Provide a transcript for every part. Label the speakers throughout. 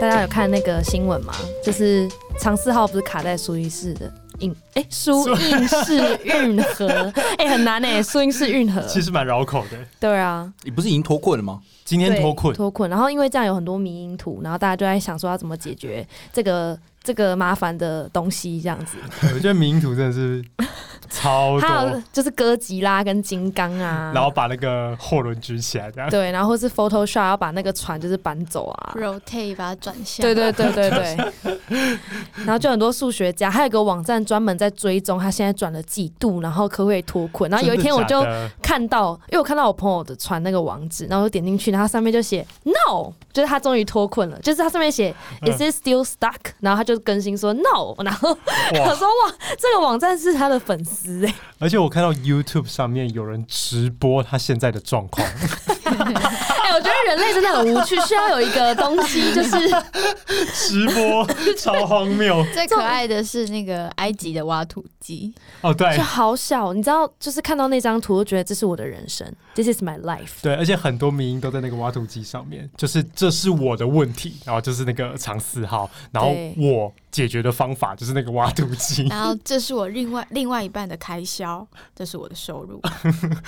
Speaker 1: 家有看那个新闻吗？就是常四号不是卡在苏伊士的印哎苏印式运 河，哎、很难哎、苏英式运河，
Speaker 2: 其实蛮绕口的。
Speaker 1: 对啊，
Speaker 3: 你不是已经脱困了吗？
Speaker 2: 今天脱困，
Speaker 1: 脱困。然后因为这样有很多迷因图，然后大家就在想说要怎么解决这个这个麻烦的东西，这样子。
Speaker 2: 我觉得迷因图真 的是超
Speaker 1: 还有
Speaker 2: 多，
Speaker 1: 就是哥吉拉跟金刚啊，
Speaker 2: 然后把那个货轮举起来，这样
Speaker 1: 对，然后或是 Photoshop 要把那个船就是搬走啊。
Speaker 4: rotate 把它转向。
Speaker 1: 对对对对对， 然后就很多数学家，还有一个网站专门在追踪他现在转了几度，然后可不可以脱困。然后有一天我就
Speaker 2: 真的假的
Speaker 1: 看到，因为我看到我朋友的传那个网址，然后我就点进去，然后它上面就写 no，就是他终于脱困了，就是它上面写 is it still stuck，然后他就更新说 no，然后我
Speaker 2: 哇，
Speaker 1: 说哇，这个网站是他的粉丝哎、
Speaker 2: 而且我看到 YouTube 上面有人直播他现在的 状况，
Speaker 1: 哎、我觉得人类真的很无趣，需要有一个东西就是
Speaker 2: 直 播超荒谬
Speaker 4: 最可爱的是那个埃及的挖土机，
Speaker 2: 哦，对
Speaker 1: 就好小，你知道，就是看到那张图，就觉得这是我的人生，this is my life。
Speaker 2: 对，而且很多民音都在那个挖土机上面，就是这是我的问题，然后就是那个长四号，然后
Speaker 1: 对
Speaker 2: 我解决的方法就是那个挖土 机，
Speaker 4: 然后这是我另外另外一半的开销，这是我的收入。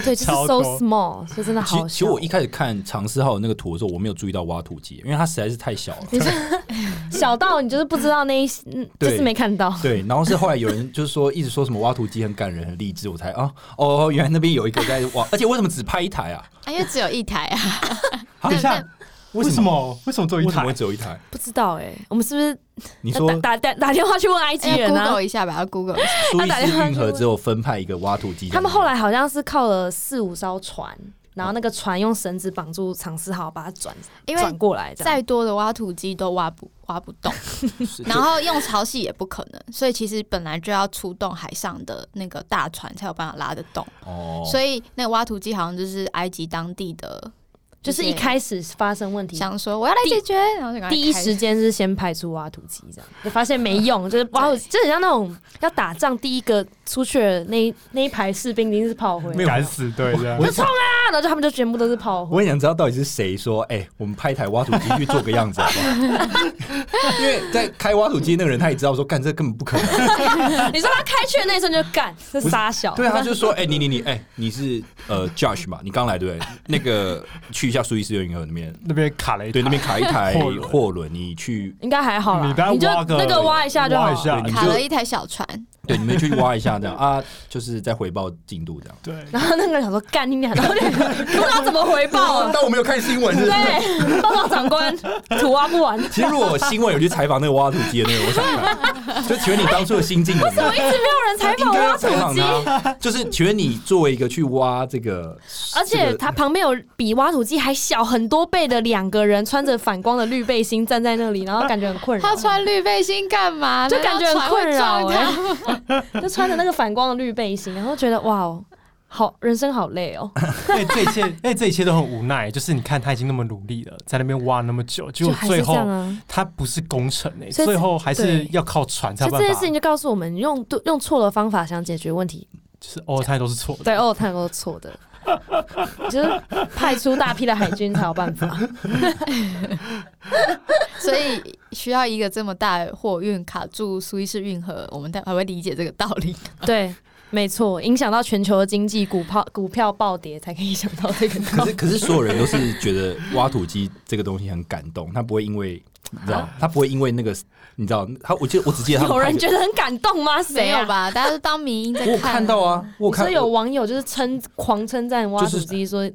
Speaker 1: 对，就是
Speaker 2: 超
Speaker 1: so
Speaker 2: 多
Speaker 1: small，所以真的
Speaker 3: 其
Speaker 1: 好
Speaker 3: 实其实
Speaker 1: 小。
Speaker 3: 我一开始看长四号那个图的时候，我没有注意到挖土机，因为它实在是 太小了。
Speaker 1: 你说小到你就是不知道那一，嗯就是没看到。
Speaker 3: 对，然后是后来有人就是说一直说什么挖土机很感人、很励志，我才啊哦，原来那边有一个在挖，而且为什么只拍一台啊？
Speaker 4: 啊，因为只有一台啊，
Speaker 3: 啊
Speaker 2: 等一下，为什
Speaker 3: 什
Speaker 2: 么？ 为什么做一
Speaker 3: 为什么
Speaker 2: 台
Speaker 3: 会？只有一台？
Speaker 1: 不知道哎、我们是不是
Speaker 3: 你
Speaker 1: 要
Speaker 3: 说
Speaker 1: 打打打打电话去问埃及
Speaker 4: 哎
Speaker 1: 人啊？
Speaker 4: Google 一下吧，要 Google 一下。
Speaker 3: 苏伊
Speaker 1: 打电
Speaker 3: 士
Speaker 1: 话
Speaker 3: 运
Speaker 1: 去
Speaker 3: 河
Speaker 1: 问
Speaker 3: 只有分派一个挖土机在那边，
Speaker 1: 他们后来好像是靠了四五艘船，然后那个船用绳子绑住长四号，把它转
Speaker 4: 因为
Speaker 1: 转过来这样。
Speaker 4: 再多的挖土机都挖不挖不动，
Speaker 3: 是
Speaker 4: 然后用潮汐也不可能，所以其实本来就要出动海上的那个大船才有办法拉得动，
Speaker 3: 哦，
Speaker 4: 所以那个挖土机好像就是埃及当地的，
Speaker 1: 就是一开始发生问题，
Speaker 4: 想说我要来解决，然后就赶快
Speaker 1: 第一
Speaker 4: 开
Speaker 1: 时间是先排除挖土机，这样就发现没 用，就是挖土，就很像那种要打仗，第一个出去的那一那一排士兵一定是炮灰，
Speaker 2: 没有敢死队这样
Speaker 3: 我。
Speaker 1: 啊，然后就他们就全部都是炮灰，
Speaker 3: 我也想知道到底是谁说，哎、我们拍一台挖土机去做个样子好 不好？因为在开挖土机那个人他也知道说，干这根本不可能。
Speaker 1: 你说他开去的那一瞬间就干，是傻小，
Speaker 3: 对啊，他就说，哎、你你你，哎、你是呃 Josh 嘛？你刚来对不对？那个去一下苏伊士运河那边，
Speaker 2: 那边卡了一
Speaker 3: 对，那边卡一台
Speaker 2: 货轮
Speaker 3: 货轮，你去，
Speaker 1: 应该还好啦
Speaker 2: 你大，概
Speaker 1: 你就
Speaker 2: 挖个
Speaker 1: 那个挖一下就好
Speaker 2: 挖一
Speaker 1: 了。
Speaker 2: 下
Speaker 3: 对，你
Speaker 4: 卡
Speaker 3: 就
Speaker 4: 了一台小船，
Speaker 3: 对，你们去挖一下这样啊，就是在回报进度这样。
Speaker 2: 对，
Speaker 1: 然 后那个人想说干你俩，然后那个人 不知道怎么回报啊。
Speaker 3: 但我没有看新闻，是不是。
Speaker 1: 对，报告长官，土挖不完，
Speaker 3: 其实如果新闻有去采访那个挖土机的那个，我想看，就请问你当初的心境怎么样？
Speaker 1: 一直没有人采
Speaker 3: 应
Speaker 1: 访
Speaker 3: 该
Speaker 1: 挖
Speaker 3: 要
Speaker 1: 土
Speaker 3: 采访
Speaker 1: 机。
Speaker 3: 他，就是请问你作为一个去挖这个，
Speaker 1: 而且
Speaker 3: 这个
Speaker 1: 它旁边有比挖土机还小很多倍的两个人，穿着反光的绿背心站在那里，然后感觉很困扰
Speaker 4: 他。穿绿背心干嘛？
Speaker 1: 就感觉很
Speaker 4: 难道船会
Speaker 1: 困扰、
Speaker 4: 撞他
Speaker 1: 欸，就穿着那个反光的绿背心，然后觉得哇哦，好人生好累哦，
Speaker 2: 哎，这一切，哎，这一切都很无奈。就是你看他已经那么努力了，在那边挖那么久，结
Speaker 1: 就
Speaker 2: 果
Speaker 1: 还
Speaker 2: 最
Speaker 1: 是这样
Speaker 2: 后
Speaker 1: 啊。
Speaker 2: 他不是工程哎，
Speaker 1: 所以
Speaker 2: 最后还是
Speaker 1: 对
Speaker 2: 要靠船才
Speaker 1: 所以这
Speaker 2: 有办
Speaker 1: 件
Speaker 2: 法
Speaker 1: 事。情就告诉我们，用对用错了方法想解决问题，
Speaker 2: 就是哦，他都是错的。
Speaker 1: 对，哦，探都是错的，就是派出大批的海军才有办法。
Speaker 4: 所以需要一个这么大的货运卡住苏伊士运河，我们才会理解这个道理。
Speaker 1: 对，没错，影响到全球的经济，股票股票暴跌才可以想到这个道理。
Speaker 3: 可是可是所有人都是觉得挖土机这个东西很感动，他不会因为你知道，他不会因为那个你知道，他我记得我只记得他们
Speaker 1: 啊 有人
Speaker 3: 拍
Speaker 1: 觉得很感动吗？谁
Speaker 4: 没
Speaker 1: 啊
Speaker 4: 有？吧？大家都当迷音在
Speaker 3: 我有
Speaker 4: 看
Speaker 3: 看到，啊，我有
Speaker 1: 你说
Speaker 3: 看
Speaker 1: 有网友就是称狂称赞挖土机说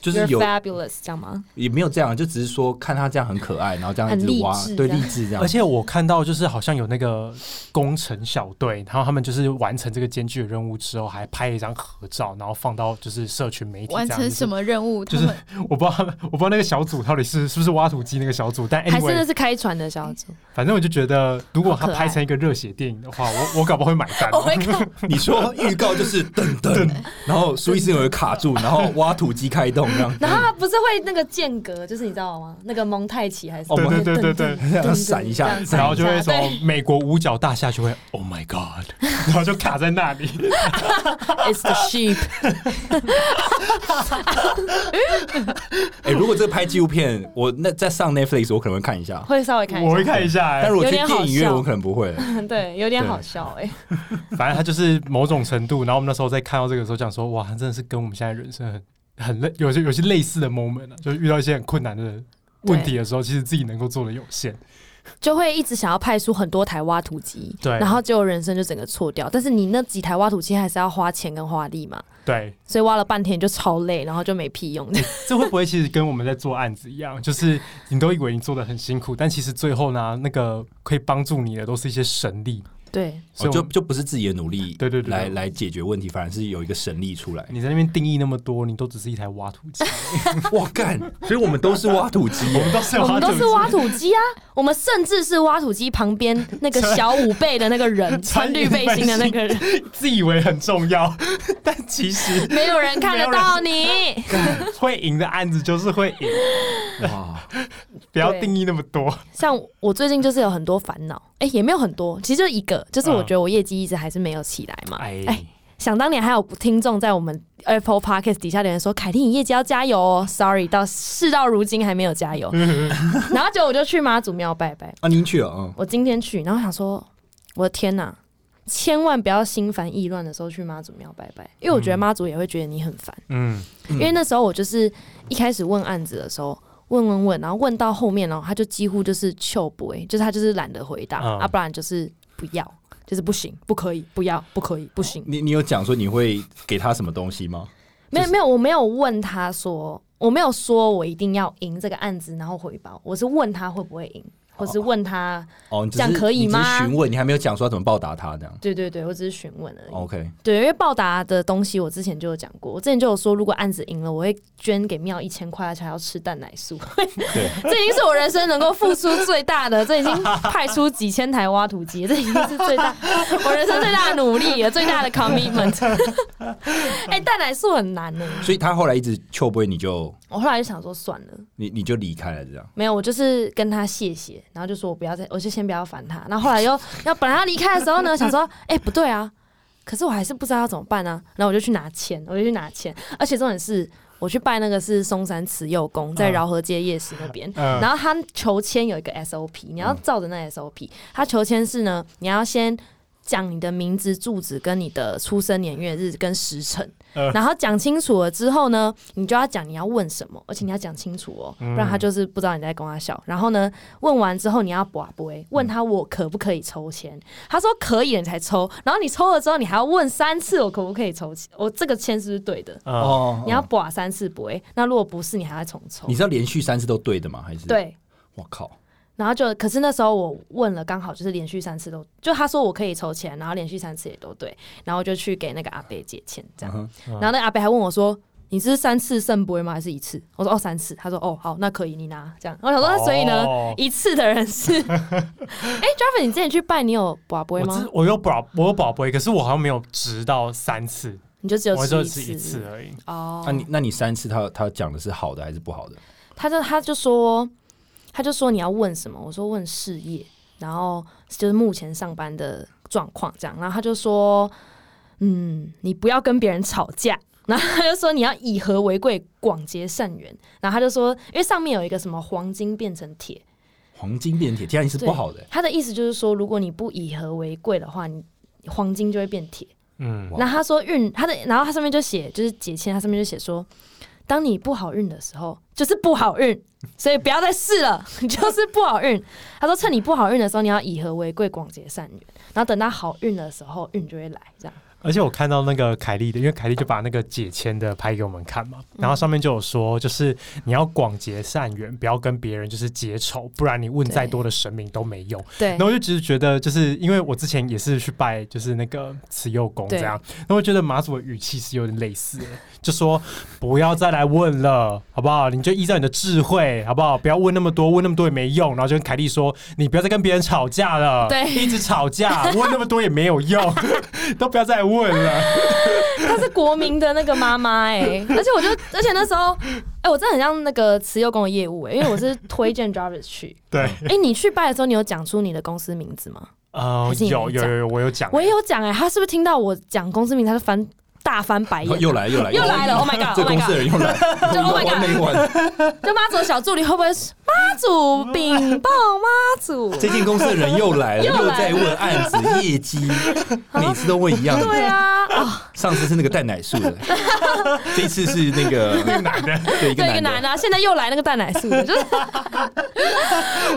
Speaker 3: 就是有
Speaker 1: You're fabulous 这样吗？
Speaker 3: 也没有这样，就只是说看他这样很可爱，然后这样一
Speaker 1: 很励
Speaker 3: 直挖
Speaker 1: 志，啊
Speaker 3: 对
Speaker 1: 这样
Speaker 3: 励志这 样
Speaker 2: 而。且我看到就是好像有那个工程小队，然后他们就是完成这个艰巨的任务之后，还拍了一张合照，然后放到就是社群媒体这样
Speaker 4: 完成什？么任务？他
Speaker 2: 就是
Speaker 4: 们
Speaker 2: 就是我不知道他们，我不知道那个小组到底是是不是挖土机那个小组，但
Speaker 1: 还是那
Speaker 2: anyway，
Speaker 1: 是开船的小组？
Speaker 2: 反正我就觉得，如果
Speaker 1: 好
Speaker 2: 他
Speaker 1: 可爱
Speaker 2: 拍成一个热血电影的话，我我搞不好会买 单。
Speaker 4: 我
Speaker 1: Oh
Speaker 4: 会看，
Speaker 3: 你说预告就是噔噔，然后苏伊士有人卡住，然后挖土机开动这样，
Speaker 1: 然后它不是会那个间隔，就是你知道吗？那个蒙太奇还是
Speaker 3: 哦
Speaker 1: 什么
Speaker 2: 对对对对对
Speaker 1: 噔噔
Speaker 3: 这
Speaker 1: 噔
Speaker 3: 样
Speaker 1: 噔
Speaker 3: 闪一下
Speaker 1: 这样闪
Speaker 2: 然后就会
Speaker 1: 一下对
Speaker 2: 从美国五角大厦就会 Oh my God，然后就卡在那里。
Speaker 1: It's the sheep，
Speaker 3: 哎、如果这拍纪录片，我那在上 Netflix，我可能会看一下，
Speaker 1: 会稍微看一
Speaker 2: 我会
Speaker 1: 下，
Speaker 2: 看一下、
Speaker 3: 但
Speaker 2: 欸
Speaker 3: 如，果去
Speaker 1: 有点好
Speaker 3: 电影院，
Speaker 1: 笑
Speaker 3: 我可能不会。
Speaker 1: 对，有点
Speaker 3: 对
Speaker 1: 好笑哎。
Speaker 2: 反正他就是某种程度。然后我们那时候在看到这个时候，讲说哇，真的是跟我们现在人生很很类，有些有些类似的 moment 啊，就是遇到一些很困难的问题的时候，其实自己能够做的有限。
Speaker 1: 就会一直想要派出很多台挖土机，
Speaker 2: 对
Speaker 1: 然后结果人生就整个错掉。但是你那几台挖土机还是要花钱跟花力嘛，
Speaker 2: 对，
Speaker 1: 所以挖了半天就超累，然后就没屁用。
Speaker 2: 这会不会其实跟我们在做案子一样，就是你都以为你做的很辛苦，但其实最后呢，那个可以帮助你的都是一些神力。
Speaker 1: 对，
Speaker 2: 所以
Speaker 3: 哦、
Speaker 2: 我
Speaker 3: 就
Speaker 2: 们
Speaker 3: 就不是自己的努力，
Speaker 2: 对对对对
Speaker 3: 来来解决问题，反而是有一个神力出来。
Speaker 2: 你在那边定义那么多，你都只是一台挖土 机，
Speaker 3: 哇干！ 所以我们都是挖土机耶
Speaker 2: 我，们都是有
Speaker 1: 我们
Speaker 2: 挖
Speaker 1: 都
Speaker 2: 土
Speaker 1: 是
Speaker 2: 机。
Speaker 1: 挖土机啊，我们甚至是挖土机旁边那个小五倍的那个 人，
Speaker 2: 穿
Speaker 1: 穿绿背心的那个 人，
Speaker 2: 自以为很重要， 但其实
Speaker 1: 没有人看得到你。
Speaker 2: 会赢的案子就是会赢，
Speaker 3: 哇！
Speaker 2: 不要
Speaker 1: 对
Speaker 2: 定义那么多。
Speaker 1: 像我最近就是有很多烦恼，哎、也没有很多，其实就一个，
Speaker 2: 嗯
Speaker 1: 就是我觉得我业绩一直还是没有起来嘛。
Speaker 2: 哎
Speaker 1: 哎想当年还有听众在我们 Apple Podcast 底下留言说：“凯蒂，你业绩要加油哦。”Sorry，到事到如今还没有加油。然后结果我就去妈祖庙拜拜，
Speaker 3: 啊，您去了啊、
Speaker 1: 我今天去，然后想说，我的天呐，千万不要心烦意乱的时候去妈祖庙拜拜，因为我觉得妈祖也会觉得你很烦。
Speaker 2: 嗯，
Speaker 3: 嗯
Speaker 1: 因为那时候我就是一开始问案子的时候。问问问，然后问到后面，然后他就几乎就是求不哎，就是他就是懒得回答，
Speaker 2: 嗯
Speaker 1: 啊，不然就是不要，就是不行，不可以，不要，不可以，不行。
Speaker 3: 你你有讲说你会给他什么东西吗？
Speaker 1: 没
Speaker 3: 就
Speaker 1: 有
Speaker 3: 是
Speaker 1: 没有，我没有问他说，我没有说我一定要赢这个案子，然后回报，我是问他会不会
Speaker 3: 哦
Speaker 1: 赢，或是问他，
Speaker 3: 哦，你只
Speaker 1: 这
Speaker 3: 是
Speaker 1: 样可以吗
Speaker 3: 你只是询问，你还没有讲说要怎么报答他这样。
Speaker 1: 对对对，我只是询问而已。
Speaker 3: 哦 OK，
Speaker 1: 对，因为报答的东西我之前就有讲过，我之前就有说，如果案子赢了，我会捐给庙一千块，而且还要吃蛋奶素。
Speaker 3: 对，
Speaker 1: 这已经是我人生能够付出最大的，这已经派出几千台挖土机，这已经是最 大我人生最大的努力了，最大的 commitment。哎、蛋奶素很难呢、
Speaker 3: 所以他后来一直求不会，你就
Speaker 1: 我后来就想说算了。
Speaker 3: 你你就离开了这样。
Speaker 1: 没有，我就是跟他谢谢，然后就说我不要再，我就先不要烦他。然后后来又 要本来要离开的时候呢，想说，哎、不对啊，可是我还是不知道要怎么办啊。然后我就去拿钱，我就去拿钱，而且重点是我去拜那个是松山慈幼宫，在
Speaker 2: 嗯
Speaker 1: 饶河街夜市那边。
Speaker 2: 嗯
Speaker 1: 然后他求签有一个 SOP，你要照着那 SOP。他求签是呢，你要先讲你的名字、住址、跟你的出生年月日跟时辰，
Speaker 2: 嗯
Speaker 1: 然后讲清楚了之后呢，你就要讲你要问什么，而且你要讲清楚哦，
Speaker 3: 嗯
Speaker 1: 不然他就是不知道你在跟他笑。然后呢，问完之后你要卜杯，问他我可不可以抽签，他说可以，你才抽。然后你抽了之后，你还要问三次我可不可以抽签，我这个签是不是对的？
Speaker 2: 哦，
Speaker 3: 哦，
Speaker 1: 你要卜三次杯，那如果不是，你还要重抽
Speaker 3: 你。是要连续三次都对的吗？还是？
Speaker 1: 对，
Speaker 3: 我靠，
Speaker 1: 然后就，可是那时候我问了，刚好就是连续三次都，就他说我可以抽签，然后连续三次也都对，然后就去给那个阿北解签这样。
Speaker 3: 嗯
Speaker 1: 然后那个阿北还问我说：“你是三次圣杯吗？还是一次？”我说：“哦，三次。”他说：“哦，好，那可以，你拿。”这样，我想说，那所以呢，
Speaker 2: 哦
Speaker 1: 一次的人 是，哎 j a v i n 你之前去拜，你有卜杯
Speaker 2: 我
Speaker 1: 吗
Speaker 2: 知？我有宝我有宝贝，可是我好像没有直到三次，
Speaker 1: 你就只有
Speaker 2: 我
Speaker 1: 吃
Speaker 2: 就
Speaker 1: 一
Speaker 2: 只
Speaker 1: 次
Speaker 2: 一次而已。
Speaker 1: 哦。
Speaker 3: 那啊你那你三次他他讲的是好的还是不好的？
Speaker 1: 他就他就说，他就说你要问什么？我说问事业，然后就是目前上班的状况这样。然后他就说，嗯，你不要跟别人吵架。 然后他就说你要以和为贵，广结善缘。然后他就说，因为上面有一个什么黄金变成铁，
Speaker 3: 黄金变铁，既啊然你是
Speaker 1: 对
Speaker 3: 不好的，
Speaker 1: 他的意思就是说，如果你不以和为贵的话，你黄金就会变铁。
Speaker 2: 嗯，
Speaker 3: 哇
Speaker 1: 那他说运他的，然后他上面就写就是解签，他上面就写说，当你不好运的时候，就是不好运， 所以不要再试了， 就是不好运。他说趁你不好运的时候，你要以和为贵，广结善缘，然后等到好运的时候，运就会来。这样
Speaker 2: 而且我看到那个凯莉的，因为凯莉就把那个解签的拍给我们看嘛，然
Speaker 1: 嗯
Speaker 2: 后上面就有说，就是你要广结善缘，不要跟别人就是结仇，不然你问再多的神明都没用。
Speaker 1: 对
Speaker 2: 然后我就只是觉得，就是因为我之前也是去拜，就是那个慈幼宫这样，然后我觉得马祖的语气是有点类似的，就说不要再来问了，好不好？你就依照你的智慧，好不好？不要问那么多，问那么多也没用。然后就跟凯莉说，你不要再跟别人吵架了，
Speaker 1: 对
Speaker 2: 一直吵架，问那么多也没有用， 都不要再问了。
Speaker 1: 她是国民的那个妈妈哎，而且我就，而且那时候，哎、我真的很像那个慈幼宫的业务哎、因为我是推荐 Jarvis 去。
Speaker 2: 对，
Speaker 1: 哎、你去拜的时候，你有讲出你的公司名字吗？
Speaker 2: 呃
Speaker 1: 嗯还是，你
Speaker 2: 有有
Speaker 1: 讲
Speaker 2: 有有，我有讲，欸
Speaker 1: 我也有讲哎、他是不是听到我讲公司名，他就翻大翻白眼？
Speaker 3: 又来又来
Speaker 1: 又来了！Oh my
Speaker 3: 这
Speaker 1: god！Oh
Speaker 3: 公
Speaker 1: my
Speaker 3: 司
Speaker 1: god！
Speaker 3: 的人又来，
Speaker 1: 就 Oh
Speaker 3: 完
Speaker 1: my god！
Speaker 3: 没完。
Speaker 1: 就妈祖的小助理会不会是妈祖 禀报妈祖？
Speaker 3: 最近公司的人又来了，
Speaker 1: 又
Speaker 3: 又
Speaker 1: 来了
Speaker 3: 在问案子、业绩，每次都问一样的。
Speaker 1: 对啊，啊，
Speaker 3: 上次是那个蛋奶 素的，这一次是那个那个男的， 对一个
Speaker 1: 对一个
Speaker 3: 男
Speaker 1: 男
Speaker 3: 的。
Speaker 1: 的啊，现在又来那个蛋奶素的，就是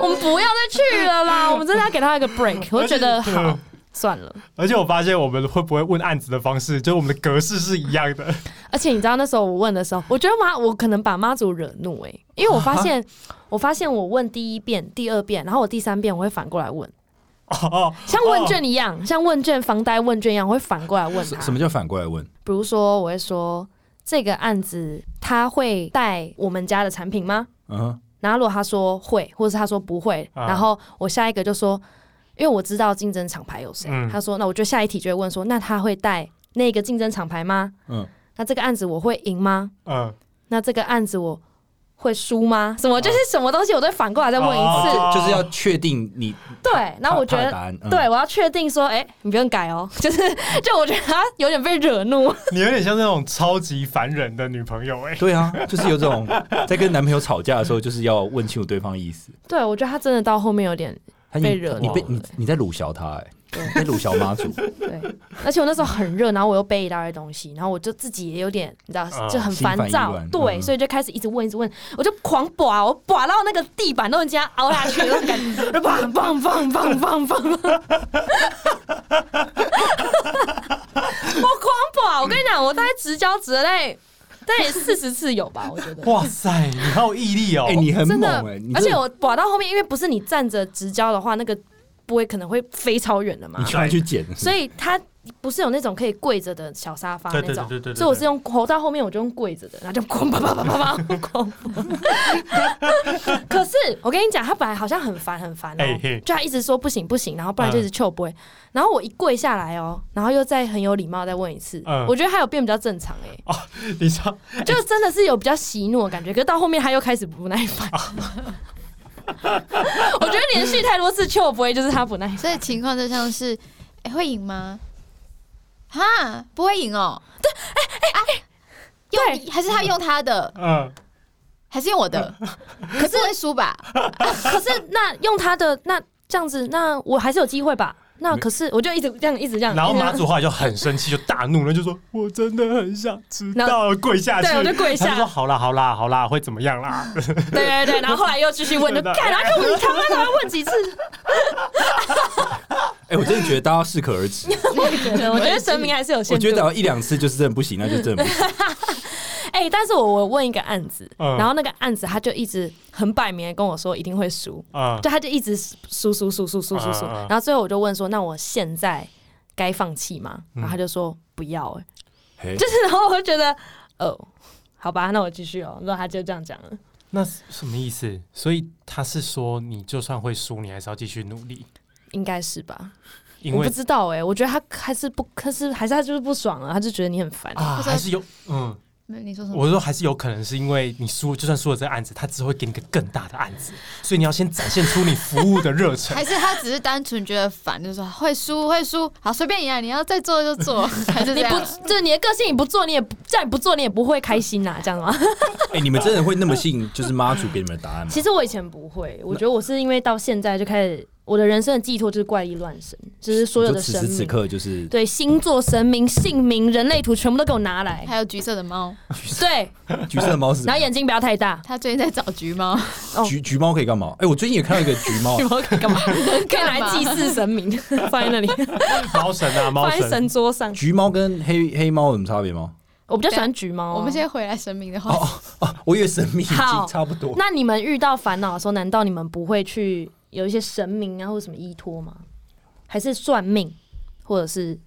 Speaker 1: 我们不要再去了 啦，我们真的要给他一个 break。我就觉得
Speaker 2: 而且
Speaker 3: 嗯
Speaker 1: 好，算了。
Speaker 2: 而且我发现我们会不会问案子的方式，就是我们的格式是一样的。
Speaker 1: 而且你知道那时候我问的时候，我觉得妈，我可能把妈祖惹怒哎、因为我发现，我发现我问第一遍、第二遍，然后我第三遍我会反过来问，
Speaker 2: 哦，
Speaker 1: 像问卷一样，像问卷、房贷问卷一样，我会反过来问
Speaker 3: 什
Speaker 1: 他。
Speaker 3: 什么叫反过来问？
Speaker 1: 比如说，我会说这个案子他会带我们家的产品吗？
Speaker 3: 嗯哼，
Speaker 1: 然后如果他说会，或者是他说不会，
Speaker 2: 啊
Speaker 1: 然后我下一个就说，因为我知道竞争厂牌有谁，
Speaker 2: 嗯
Speaker 1: 他说那我就下一题就会问说，那他会带那个竞争厂牌吗？
Speaker 3: 嗯，
Speaker 1: 那这个案子我会赢吗？
Speaker 2: 嗯，
Speaker 1: 那这个案子我会输吗？什么就是什么东西，我再反过来再问一次，
Speaker 2: 哦
Speaker 3: 就是要确定你
Speaker 1: 对。哦然后我觉
Speaker 3: 他的
Speaker 1: 得
Speaker 3: 答。案，嗯
Speaker 1: 对，我要确定说，哎、你不用改哦， 就是就我觉得他有点被惹怒，
Speaker 2: 你有点像那种超级烦人的女朋友哎、
Speaker 3: 对啊，就是有这种 在跟男朋友吵架的时候，就是要问清楚对方的意思。
Speaker 1: 对我觉得他真的到后面有点
Speaker 3: 他
Speaker 1: 被
Speaker 3: 你
Speaker 1: 惹怒
Speaker 3: 你被
Speaker 1: 了
Speaker 3: 你你在鲁小他哎
Speaker 1: 对，
Speaker 3: 在鲁小 妈祖，
Speaker 1: 对，而且我那时候很热，然后我又背一大堆东西，然后我就自己也有点，你知道，
Speaker 2: 啊
Speaker 1: 就很烦
Speaker 3: 心烦意
Speaker 1: 躁，
Speaker 3: 乱
Speaker 1: 对，
Speaker 3: 嗯
Speaker 1: 所以就开始一直问，一直问，我就狂拔，我拔到那个地板都已经要凹下去了，那种感 觉，就棒棒棒棒棒棒，我狂拔，我跟你讲，我大概直交直了嘞，大概四十次有吧，我觉得。
Speaker 2: 哇塞，你好有毅力哦！
Speaker 3: 哎，你很
Speaker 1: 真
Speaker 3: 猛
Speaker 1: 的
Speaker 3: 哎，你，
Speaker 1: 而且
Speaker 3: 真的
Speaker 1: 我拔到后面，因为不是你站着直交的话，那个不会可能会飞超远的嘛
Speaker 3: 你。居然去捡，
Speaker 1: 所以它不是有那种可以跪着的小沙发那
Speaker 2: 对
Speaker 1: 种，
Speaker 2: 对对对对对
Speaker 1: 所以我是用活到后面我就用跪着的，然后就哐啪啪啪啪啪哐。 可是我跟你讲，他本来好像很烦很 烦哦、
Speaker 2: 哎嘿
Speaker 1: 就他一直说不行不行，然后不然就一直求不会，然后我一跪下来哦、然后又再很有礼貌再问一次，
Speaker 2: 嗯
Speaker 1: 我觉得他有变比较正常哎、
Speaker 2: 你知道，
Speaker 1: 就真的是有比较息怒的感觉，可是到后面他又开始不耐烦。
Speaker 2: 哦
Speaker 1: 我觉得连续太多次求不会，就是他不耐烦。
Speaker 4: 所以情况就像是，哎、会赢吗？哈，不会赢哦。对，哎哎哎，用你还是他用他的，
Speaker 2: 嗯，
Speaker 4: 还是用我的？可是会输吧？
Speaker 1: 可是那用他的那这样子，那我还是有机会吧？那可是我就一直这样，一直这样，
Speaker 2: 然后
Speaker 1: 一直这
Speaker 2: 马
Speaker 1: 样
Speaker 2: 祖后来就很生气，就大怒了，就说：“我真的很想知
Speaker 1: 然
Speaker 2: 道，跪下去。”
Speaker 1: 对我就跪下
Speaker 2: 他说：“好啦，好啦，好啦，会怎么样啦
Speaker 1: 对对对，然后后来又继续 问，就
Speaker 2: 真的
Speaker 1: 干，然后就你他妈的要问几 次？
Speaker 3: 哎，我真的觉得大家适可而止。
Speaker 1: 我也觉得，我觉得神明还是有
Speaker 3: 我
Speaker 1: 限
Speaker 3: 觉
Speaker 1: 度
Speaker 3: 得只。要一两次就是真的不行，那就真的不 行。
Speaker 1: 哎、但是我我问一个案子，
Speaker 2: 嗯
Speaker 1: 然后那个案子他就一直很摆明的跟我说一定会输，？”
Speaker 2: 啊，
Speaker 1: 就他就一直输输输输输输输，
Speaker 2: 嗯嗯嗯
Speaker 1: 然后最后我就问说，那我现在该放弃吗？然后他就说不要、哎
Speaker 3: 嘿
Speaker 1: 就是然后我就觉得哦。好吧，那我继续哦。然后他就这样讲了，
Speaker 2: 那是什么意思？所以他是说，你就算会输，你还是要继续努力，
Speaker 1: 应该是吧？
Speaker 2: 因
Speaker 1: 我
Speaker 2: 为
Speaker 1: 不知道哎、我觉得他还是不，可是还是他就是不爽了，他就觉得你很烦。
Speaker 2: 啊，还是有嗯，
Speaker 4: 没有你说什么？
Speaker 2: 我说还是有可能是因为你输，就算输了这个案子，他只会给你一个更大的案子，所以你要先展现出你服务的热忱
Speaker 4: 还。是他只是单纯觉得烦，就说会输会输，好随便你啊，你要再做就做，还是这
Speaker 1: 你
Speaker 4: 样
Speaker 1: 不。就是你的个性，你不做你也不再不做你也不会开心呐、这样啊吗？
Speaker 3: 哎，你们真的会那么信就是妈祖给你们的答案吗？
Speaker 1: 其实我以前不会，我觉得我是因为到现在就开始我的人生的寄托就是怪力乱神，就是所有
Speaker 3: 就
Speaker 1: 的
Speaker 3: 此
Speaker 1: 神
Speaker 3: 时此
Speaker 1: 明，
Speaker 3: 刻就是
Speaker 1: 对星座、神明、姓名、人类图全部都给我拿来。
Speaker 4: 还有橘色的猫，
Speaker 1: 对，
Speaker 3: 橘色的猫是
Speaker 1: 然后眼睛不要太 大，
Speaker 4: 他最近在找橘猫，
Speaker 1: 哦
Speaker 3: 橘橘猫可以干嘛？哎、我最近也看到一 个橘猫
Speaker 1: 你，们可以干嘛？可以
Speaker 4: 干
Speaker 1: 来
Speaker 4: 嘛
Speaker 1: 祭祀神明， 放在那 里，
Speaker 2: 猫神啊，猫
Speaker 1: 放在
Speaker 2: 神
Speaker 1: 神桌上。
Speaker 3: 橘猫跟黑黑猫有什么差别吗？
Speaker 1: 我比较喜欢橘猫啊。
Speaker 4: 我们现在回来神明的话，
Speaker 3: 哦哦，我以为神秘已经
Speaker 1: 好
Speaker 3: 差不多。
Speaker 1: 那你们遇到烦恼的时候，难道你们不会去有一些神明啊，或者什么依托吗？还是算命，或者是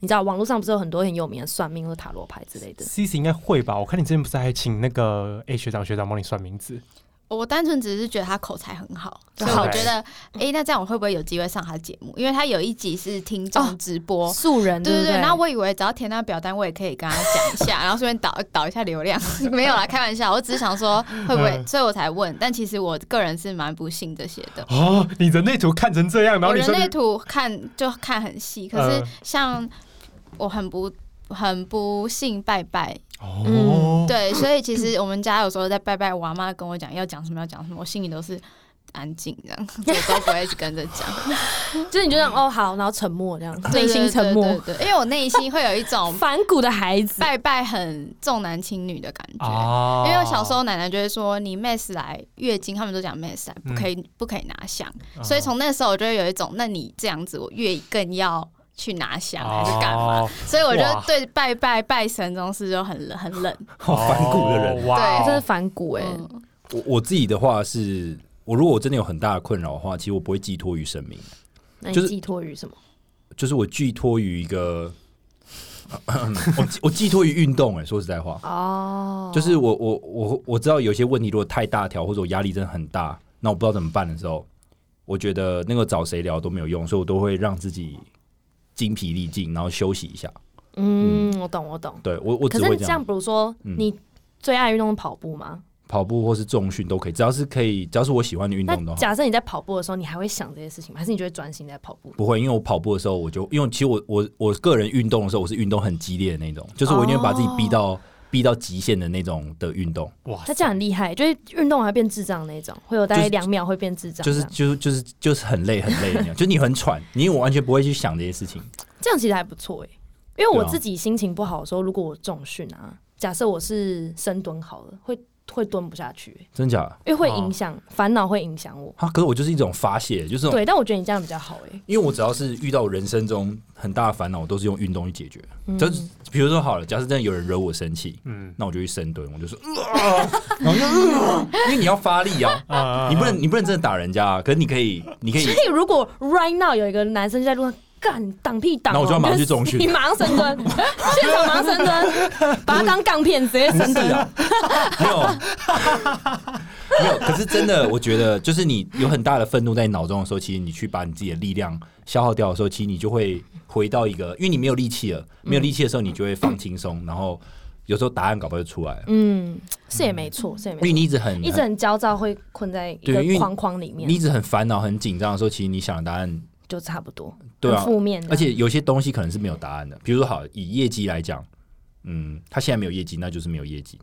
Speaker 1: 你知道网络上不是有很多很有名的算命或者塔罗牌之类的？
Speaker 2: C C 应该会吧？我看你之前不是还请那个 A 学长学长帮你算名字？
Speaker 4: 我单纯只是觉得他口才很好，
Speaker 1: 对
Speaker 4: 所以我
Speaker 2: OK
Speaker 4: 觉得，哎、那这样我会不会有机会上他节目？因为他有一集是听众直播。
Speaker 2: 哦
Speaker 1: 素人
Speaker 4: 哦对
Speaker 1: 对
Speaker 4: 对对，
Speaker 1: 对，
Speaker 4: 然后我以为只要填那表单，我也可以跟他讲一 下，然后顺便导导一下流量。 没有啦，开玩笑，我只是想说会不会，
Speaker 2: 嗯
Speaker 4: 所以我才问。但其实我个人是蛮不信这些的。
Speaker 2: 哦，你人类图看成这样，然
Speaker 4: 我
Speaker 2: 后你
Speaker 4: 人
Speaker 2: 说
Speaker 4: 类
Speaker 2: 你
Speaker 4: 图看就看很细，可是
Speaker 2: 嗯
Speaker 4: 像我很不很不信拜拜，
Speaker 2: 哦，
Speaker 4: 嗯对，所以其实我们家有时候在拜拜，我阿妈跟我讲要讲什么要讲什么，我心里都是安静这样，我都不会去跟着讲，
Speaker 1: 就是你就这样哦好，然后沉默这样，
Speaker 4: 对
Speaker 1: 内心沉，
Speaker 4: 对
Speaker 1: 默，
Speaker 4: 对对对因为我内心会有一种
Speaker 1: 反骨的孩子。
Speaker 4: 拜拜很重男轻女的感觉。
Speaker 2: 啊
Speaker 4: 因为我小时候奶奶就会说，你 mess 来月经，他们都讲 mess 来，不可以、不可以拿香，
Speaker 2: 嗯
Speaker 4: 所以从那时候我就会有一种，那你这样子，我越更要去拿香还是干嘛？
Speaker 2: 哦
Speaker 4: 所以我就
Speaker 2: 哇
Speaker 4: 对拜拜拜神这种事就很冷很冷。
Speaker 3: 好反骨的人。
Speaker 2: 哇
Speaker 4: 对
Speaker 1: 他
Speaker 2: 哦
Speaker 1: 真是反骨哎、
Speaker 4: 嗯
Speaker 3: 我我自己的话是，我如果我真的有很大的困扰的话，其实我不会寄托于神明，
Speaker 1: 那
Speaker 3: 就
Speaker 1: 你
Speaker 3: 是
Speaker 1: 寄托于什么？
Speaker 3: 就是我寄托于一个， 我寄我寄托于运动、哎，说实在话，
Speaker 1: 哦，
Speaker 3: 就是我我我我知道有些问题如果太大条，或者我压力真的很大，那我不知道怎么办的时候，我觉得那个找谁聊都没有用，所以我都会让自己精疲力尽，然后休息一下。
Speaker 1: 嗯，我懂我懂。
Speaker 3: 对我我
Speaker 1: 可
Speaker 3: 只
Speaker 1: 是
Speaker 3: 会
Speaker 1: 你
Speaker 3: 这
Speaker 1: 这
Speaker 3: 样
Speaker 1: 样，，比如说、
Speaker 3: 嗯
Speaker 1: 你最爱运动是跑步吗？
Speaker 3: 跑步或是重训都可以，只要是可以，只要是我喜欢的运
Speaker 1: 那
Speaker 3: 动都好。
Speaker 1: 假设你在跑步的时候，你还会想这些事情吗？还是你就会专心在跑步？
Speaker 3: 不会，因为我跑步的时候，我就因为其实我我我个人运动的时候，我是运动很激烈的那种，就是我一定会把自己逼到、
Speaker 1: 哦
Speaker 3: 逼到极限的那种的运动，
Speaker 2: 哇
Speaker 1: 他这样很厉害，就是运动还变智障那种，会有大
Speaker 3: 就
Speaker 1: 概
Speaker 3: 是
Speaker 1: 两秒会变智障这
Speaker 3: 就是
Speaker 1: 样，
Speaker 3: 就是就是就是很累很累的那种，就是你很喘，你完全不会去想这些事情。
Speaker 1: 这样其实还不错哎、因为我
Speaker 3: 对啊
Speaker 1: 自己心情不好的时候，如果我重训啊，假设我是深蹲好了，会会蹲不下去欸、
Speaker 3: 真假的？
Speaker 1: 因为会
Speaker 2: 哦
Speaker 1: 影响烦恼，会影响我。
Speaker 3: 啊，可是我就是一种发泄，就是那种
Speaker 1: 对，但我觉得你这样比较好哎、
Speaker 3: 因为我只要是遇到人生中很大的烦恼，我都是用运动去解决。
Speaker 1: 嗯
Speaker 3: 就是比如说好了，假设真的有人惹我生气，
Speaker 2: 嗯
Speaker 3: 那我就去深蹲，我就说，呃、然后就、呃因为你要发力啊，
Speaker 2: 啊
Speaker 3: 你不能你不能真的打人家啊，可是你可以你可以
Speaker 1: 所以如果 right now 有一个男生就在路上干挡屁挡哦，
Speaker 3: 那我就要马上
Speaker 1: 你
Speaker 3: 去重训
Speaker 1: 你马上深蹲，现场马上深 蹲，把他当杠片直接
Speaker 3: 不
Speaker 1: 深
Speaker 3: 是
Speaker 1: 蹲。
Speaker 3: 啊，没有没有，可是真的，我觉得就是你有很大的愤怒在你脑中的时候，其实你去把你自己的力量消耗掉的时候，其实你就会回到一个，因为你没有力气了，
Speaker 1: 嗯
Speaker 3: 没有力气的时候，你就会放轻松，然后有时候答案搞不好就出来了，
Speaker 1: 嗯，是也没错，是也没
Speaker 3: 因为
Speaker 1: 错。
Speaker 3: 你一直很
Speaker 1: 一直很焦躁，会困在一
Speaker 3: 对因为
Speaker 1: 个
Speaker 3: 你
Speaker 1: 框框里面
Speaker 3: 你，一直很烦恼、很紧张的时候，其实你想的答案，
Speaker 1: 就差不多。
Speaker 3: 对啊
Speaker 1: 很，负面的，
Speaker 3: 而且有些东西可能是没有答案的。比如说，好，以业绩来讲，嗯，他现在没有业绩，那就是没有业绩。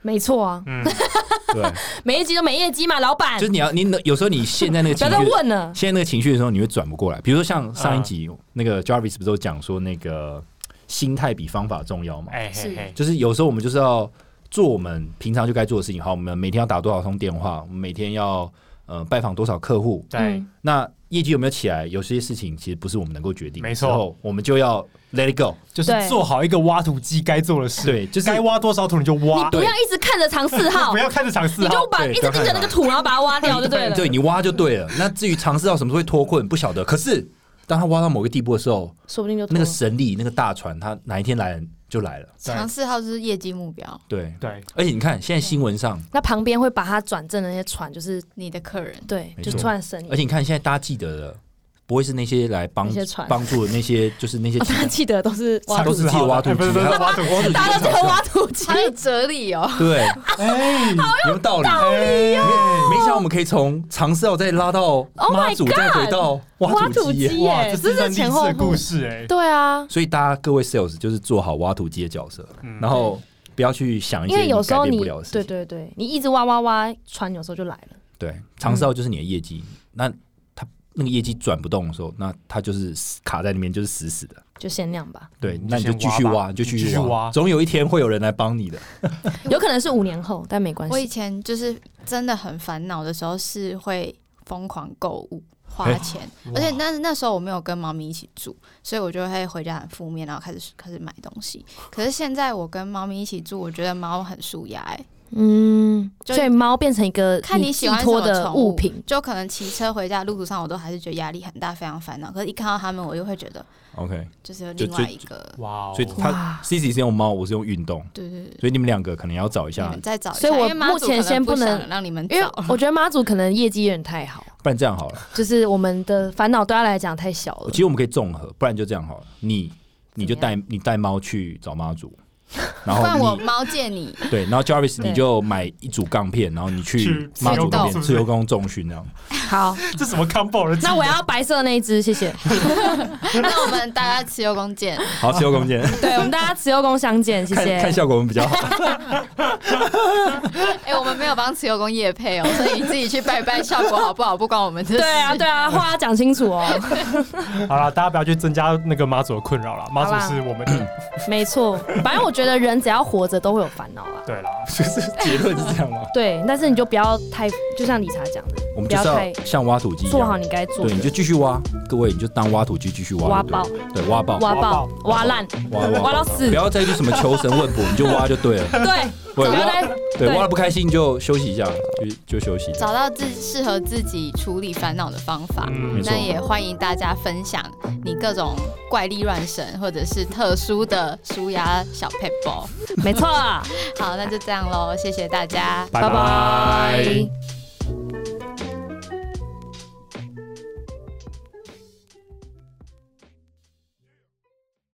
Speaker 1: 没错啊，
Speaker 2: 嗯
Speaker 3: 对，
Speaker 1: 每一集都每业绩嘛，老板
Speaker 3: 就是你要你有时候你现在那个
Speaker 1: 不
Speaker 3: 情
Speaker 1: 要再
Speaker 3: 绪，
Speaker 1: 问了。
Speaker 3: 现在那个情绪的时候，你会转不过来。比如说像上一集、那个 Jarvis 不是有讲说那个心态比方法重要嘛？
Speaker 2: 哎
Speaker 1: 是
Speaker 2: 嘿嘿，
Speaker 3: 就是有时候我们就是要做我们平常就该做的事情。好，我们每天要打多少通电话，我们每天要呃拜访多少客户，
Speaker 2: 对，
Speaker 1: 嗯
Speaker 3: 那业绩有没有起来，有些事情其实不是我们能够决定，
Speaker 2: 没错
Speaker 3: 之后我们就要 let it go。
Speaker 2: 就是
Speaker 1: 对
Speaker 2: 做好一个挖土机该做的事，
Speaker 3: 对就是
Speaker 2: 该挖多少土你就挖，
Speaker 1: 不要一直看着长四 号
Speaker 2: 不，要看着场四
Speaker 1: 你
Speaker 2: 号
Speaker 1: 就，把
Speaker 3: 对
Speaker 1: 一直盯着那个土，然后把它挖掉就对了。
Speaker 3: 对你挖就对了。那至于尝试到什么时候会脱困，不晓得。可是当他挖到某个地步的时候，
Speaker 1: 说不定就
Speaker 3: 那
Speaker 1: 脱
Speaker 3: 个
Speaker 1: 了
Speaker 3: 神力、那个大船，他哪一天来就来了。
Speaker 2: 对
Speaker 4: 尝试号就是业绩目标，
Speaker 3: 对，
Speaker 2: 对，
Speaker 3: 而且你看现在新闻上，
Speaker 1: 那旁边会把它转正的那些船，就是
Speaker 4: 你的客人
Speaker 1: 对
Speaker 3: 没，
Speaker 1: 就
Speaker 3: 错
Speaker 1: 突然神隐，
Speaker 3: 而且你看现在大家记得的，不会是那些来帮
Speaker 1: 嗯那些船
Speaker 3: 帮助的那些，就是那些
Speaker 1: 哦大家记得都是挖
Speaker 3: 都
Speaker 1: 土，
Speaker 3: 是自己挖土
Speaker 2: 哎
Speaker 3: 机，
Speaker 2: 不是不是
Speaker 3: 还有
Speaker 2: 挖土机
Speaker 3: 挖土机
Speaker 1: 大家都记得挖土机。
Speaker 4: 好有哲理哦。
Speaker 3: 对，
Speaker 2: 哎，
Speaker 3: 有道理。
Speaker 2: 哎
Speaker 3: 没想到我们可以从尝试要再拉到
Speaker 1: 哦 Oh my
Speaker 3: 妈祖，再回到挖土机耶。
Speaker 1: 挖土机
Speaker 2: 哇，
Speaker 1: 耶
Speaker 2: 这是一段
Speaker 1: 这是
Speaker 2: 励
Speaker 1: 前
Speaker 2: 志
Speaker 1: 后
Speaker 2: 的故事哎，
Speaker 1: 对啊，
Speaker 3: 所以大家各位 sales 就是做好挖土机的角色，然后不要去想一
Speaker 1: 因
Speaker 3: 些
Speaker 1: 为有
Speaker 3: 你
Speaker 1: 时
Speaker 3: 改
Speaker 1: 候
Speaker 3: 变
Speaker 1: 你
Speaker 3: 不了的事
Speaker 1: 对
Speaker 3: 情。
Speaker 1: 对对，你一直挖挖挖，船有时候就来了。嗯
Speaker 3: 对，尝试到就是你的业绩，那它那个业绩转不动的时候，那它就是死卡在那边，就是死死的。
Speaker 1: 就限量吧，
Speaker 3: 对，
Speaker 2: 嗯
Speaker 3: 那你就
Speaker 2: 先
Speaker 3: 继
Speaker 2: 挖
Speaker 3: 续
Speaker 2: 吧
Speaker 3: 挖，你就
Speaker 2: 你
Speaker 3: 继
Speaker 2: 继
Speaker 3: 续
Speaker 2: 续
Speaker 3: 挖，
Speaker 2: 挖
Speaker 3: 总有一天会有人来帮你的。
Speaker 1: 嗯有可能是五年后，但没关
Speaker 4: 我以
Speaker 1: 系。
Speaker 4: 前就是真的很烦恼的时候，是会疯狂购物。花
Speaker 3: 哎
Speaker 4: 钱，而且那那时候我没有跟猫咪一起住，所以我就会回家很负面，然后开始开始买东西。可是现在我跟猫咪一起住，我觉得猫很舒压、哎，
Speaker 1: 嗯，
Speaker 4: 就
Speaker 1: 所以猫变成一个
Speaker 4: 看你喜
Speaker 1: 寄
Speaker 4: 欢什
Speaker 1: 托
Speaker 4: 么
Speaker 1: 的
Speaker 4: 宠
Speaker 1: 物品，
Speaker 4: 就可能骑车回家路途上，我都还是觉得压力很大，非常烦恼。可是，一看到它们，我又会觉得
Speaker 3: OK，
Speaker 4: 就是有
Speaker 3: 就
Speaker 4: 另外
Speaker 3: 就
Speaker 4: 一个，
Speaker 2: 哇哦，
Speaker 3: 所以它
Speaker 1: 哇。
Speaker 3: C C 是用猫，我是用运动，
Speaker 4: 对对对，
Speaker 3: 所以你们两个可能要找一
Speaker 4: 你
Speaker 3: 下
Speaker 1: 嗯
Speaker 4: 们，再找一下。
Speaker 1: 所以我
Speaker 4: 因为妈
Speaker 1: 目
Speaker 4: 祖
Speaker 1: 前
Speaker 4: 可能
Speaker 1: 先
Speaker 4: 不
Speaker 1: 不能
Speaker 4: 想让你们
Speaker 1: 因为
Speaker 4: 找，
Speaker 1: 我觉得妈祖可能业绩有点太好，
Speaker 3: 不然这样好了，
Speaker 1: 就是我们的烦恼对他来讲太小了
Speaker 3: 其。实我们可以综合，不然就这样好了，你你就
Speaker 1: 怎么
Speaker 3: 带你带猫去找妈祖，然
Speaker 4: 不然我
Speaker 3: 后你。
Speaker 4: 猫借你，
Speaker 3: 对，然后 Jarvis
Speaker 1: 对
Speaker 3: 你就买一组钢片，然后你去
Speaker 2: 去
Speaker 3: 妈祖那
Speaker 4: 自由
Speaker 3: 边
Speaker 2: 宫
Speaker 3: 自由宫重训那样。
Speaker 1: 好，
Speaker 2: 这什么 combo 的技
Speaker 1: 那我要白色那一只，谢谢。
Speaker 4: 那我们大家持有弓箭。
Speaker 3: 好，自由宫见，
Speaker 1: 对，我们大家持有功相见， 谢
Speaker 3: 看看
Speaker 1: 谢。
Speaker 3: 效果我们比较好。
Speaker 4: 哎、我们没有帮持有工业配哦，所以你自己去拜拜，效果好不好不关我们的事。
Speaker 1: 对啊，对啊，话要讲清楚哦。
Speaker 2: 好了，大家不要去增加那个妈祖的困扰了。妈
Speaker 1: 好啦
Speaker 2: 祖是我们的，
Speaker 1: 没错，反正我觉得人只要活着都会有烦恼啊啦。
Speaker 2: 对啦，
Speaker 3: 就是结论是这样吗？
Speaker 1: 对，但是你就不要太，就像理查讲的，
Speaker 3: 我们
Speaker 1: 不
Speaker 3: 就
Speaker 1: 要
Speaker 3: 是
Speaker 1: 太
Speaker 3: 要像挖土机一
Speaker 1: 做好
Speaker 3: 样，
Speaker 1: 你该做
Speaker 3: 对，你
Speaker 1: 的，
Speaker 3: 就继续挖，各位你就当挖土机继续挖，
Speaker 1: 挖
Speaker 3: 对
Speaker 1: 爆、
Speaker 3: 对，挖爆，
Speaker 1: 挖爆、挖
Speaker 3: 挖
Speaker 1: 烂、
Speaker 3: 挖
Speaker 1: 挖到死
Speaker 3: 不。要再去什么求神问卜，你就挖就对 了。
Speaker 1: 对，不
Speaker 3: 对，
Speaker 1: 要
Speaker 3: 挖
Speaker 1: 再
Speaker 3: 对
Speaker 1: 对
Speaker 3: 挖的不开心就休息一下，就就休息。
Speaker 4: 找到自适合自己处理烦恼的方法。
Speaker 2: 嗯
Speaker 3: 没错
Speaker 4: 那也欢迎大家分享你各种怪力乱神或者是特殊的舒压小 p e p
Speaker 1: 没错啦，啊
Speaker 4: 好，那就这样喽，谢谢大家。
Speaker 1: 拜拜。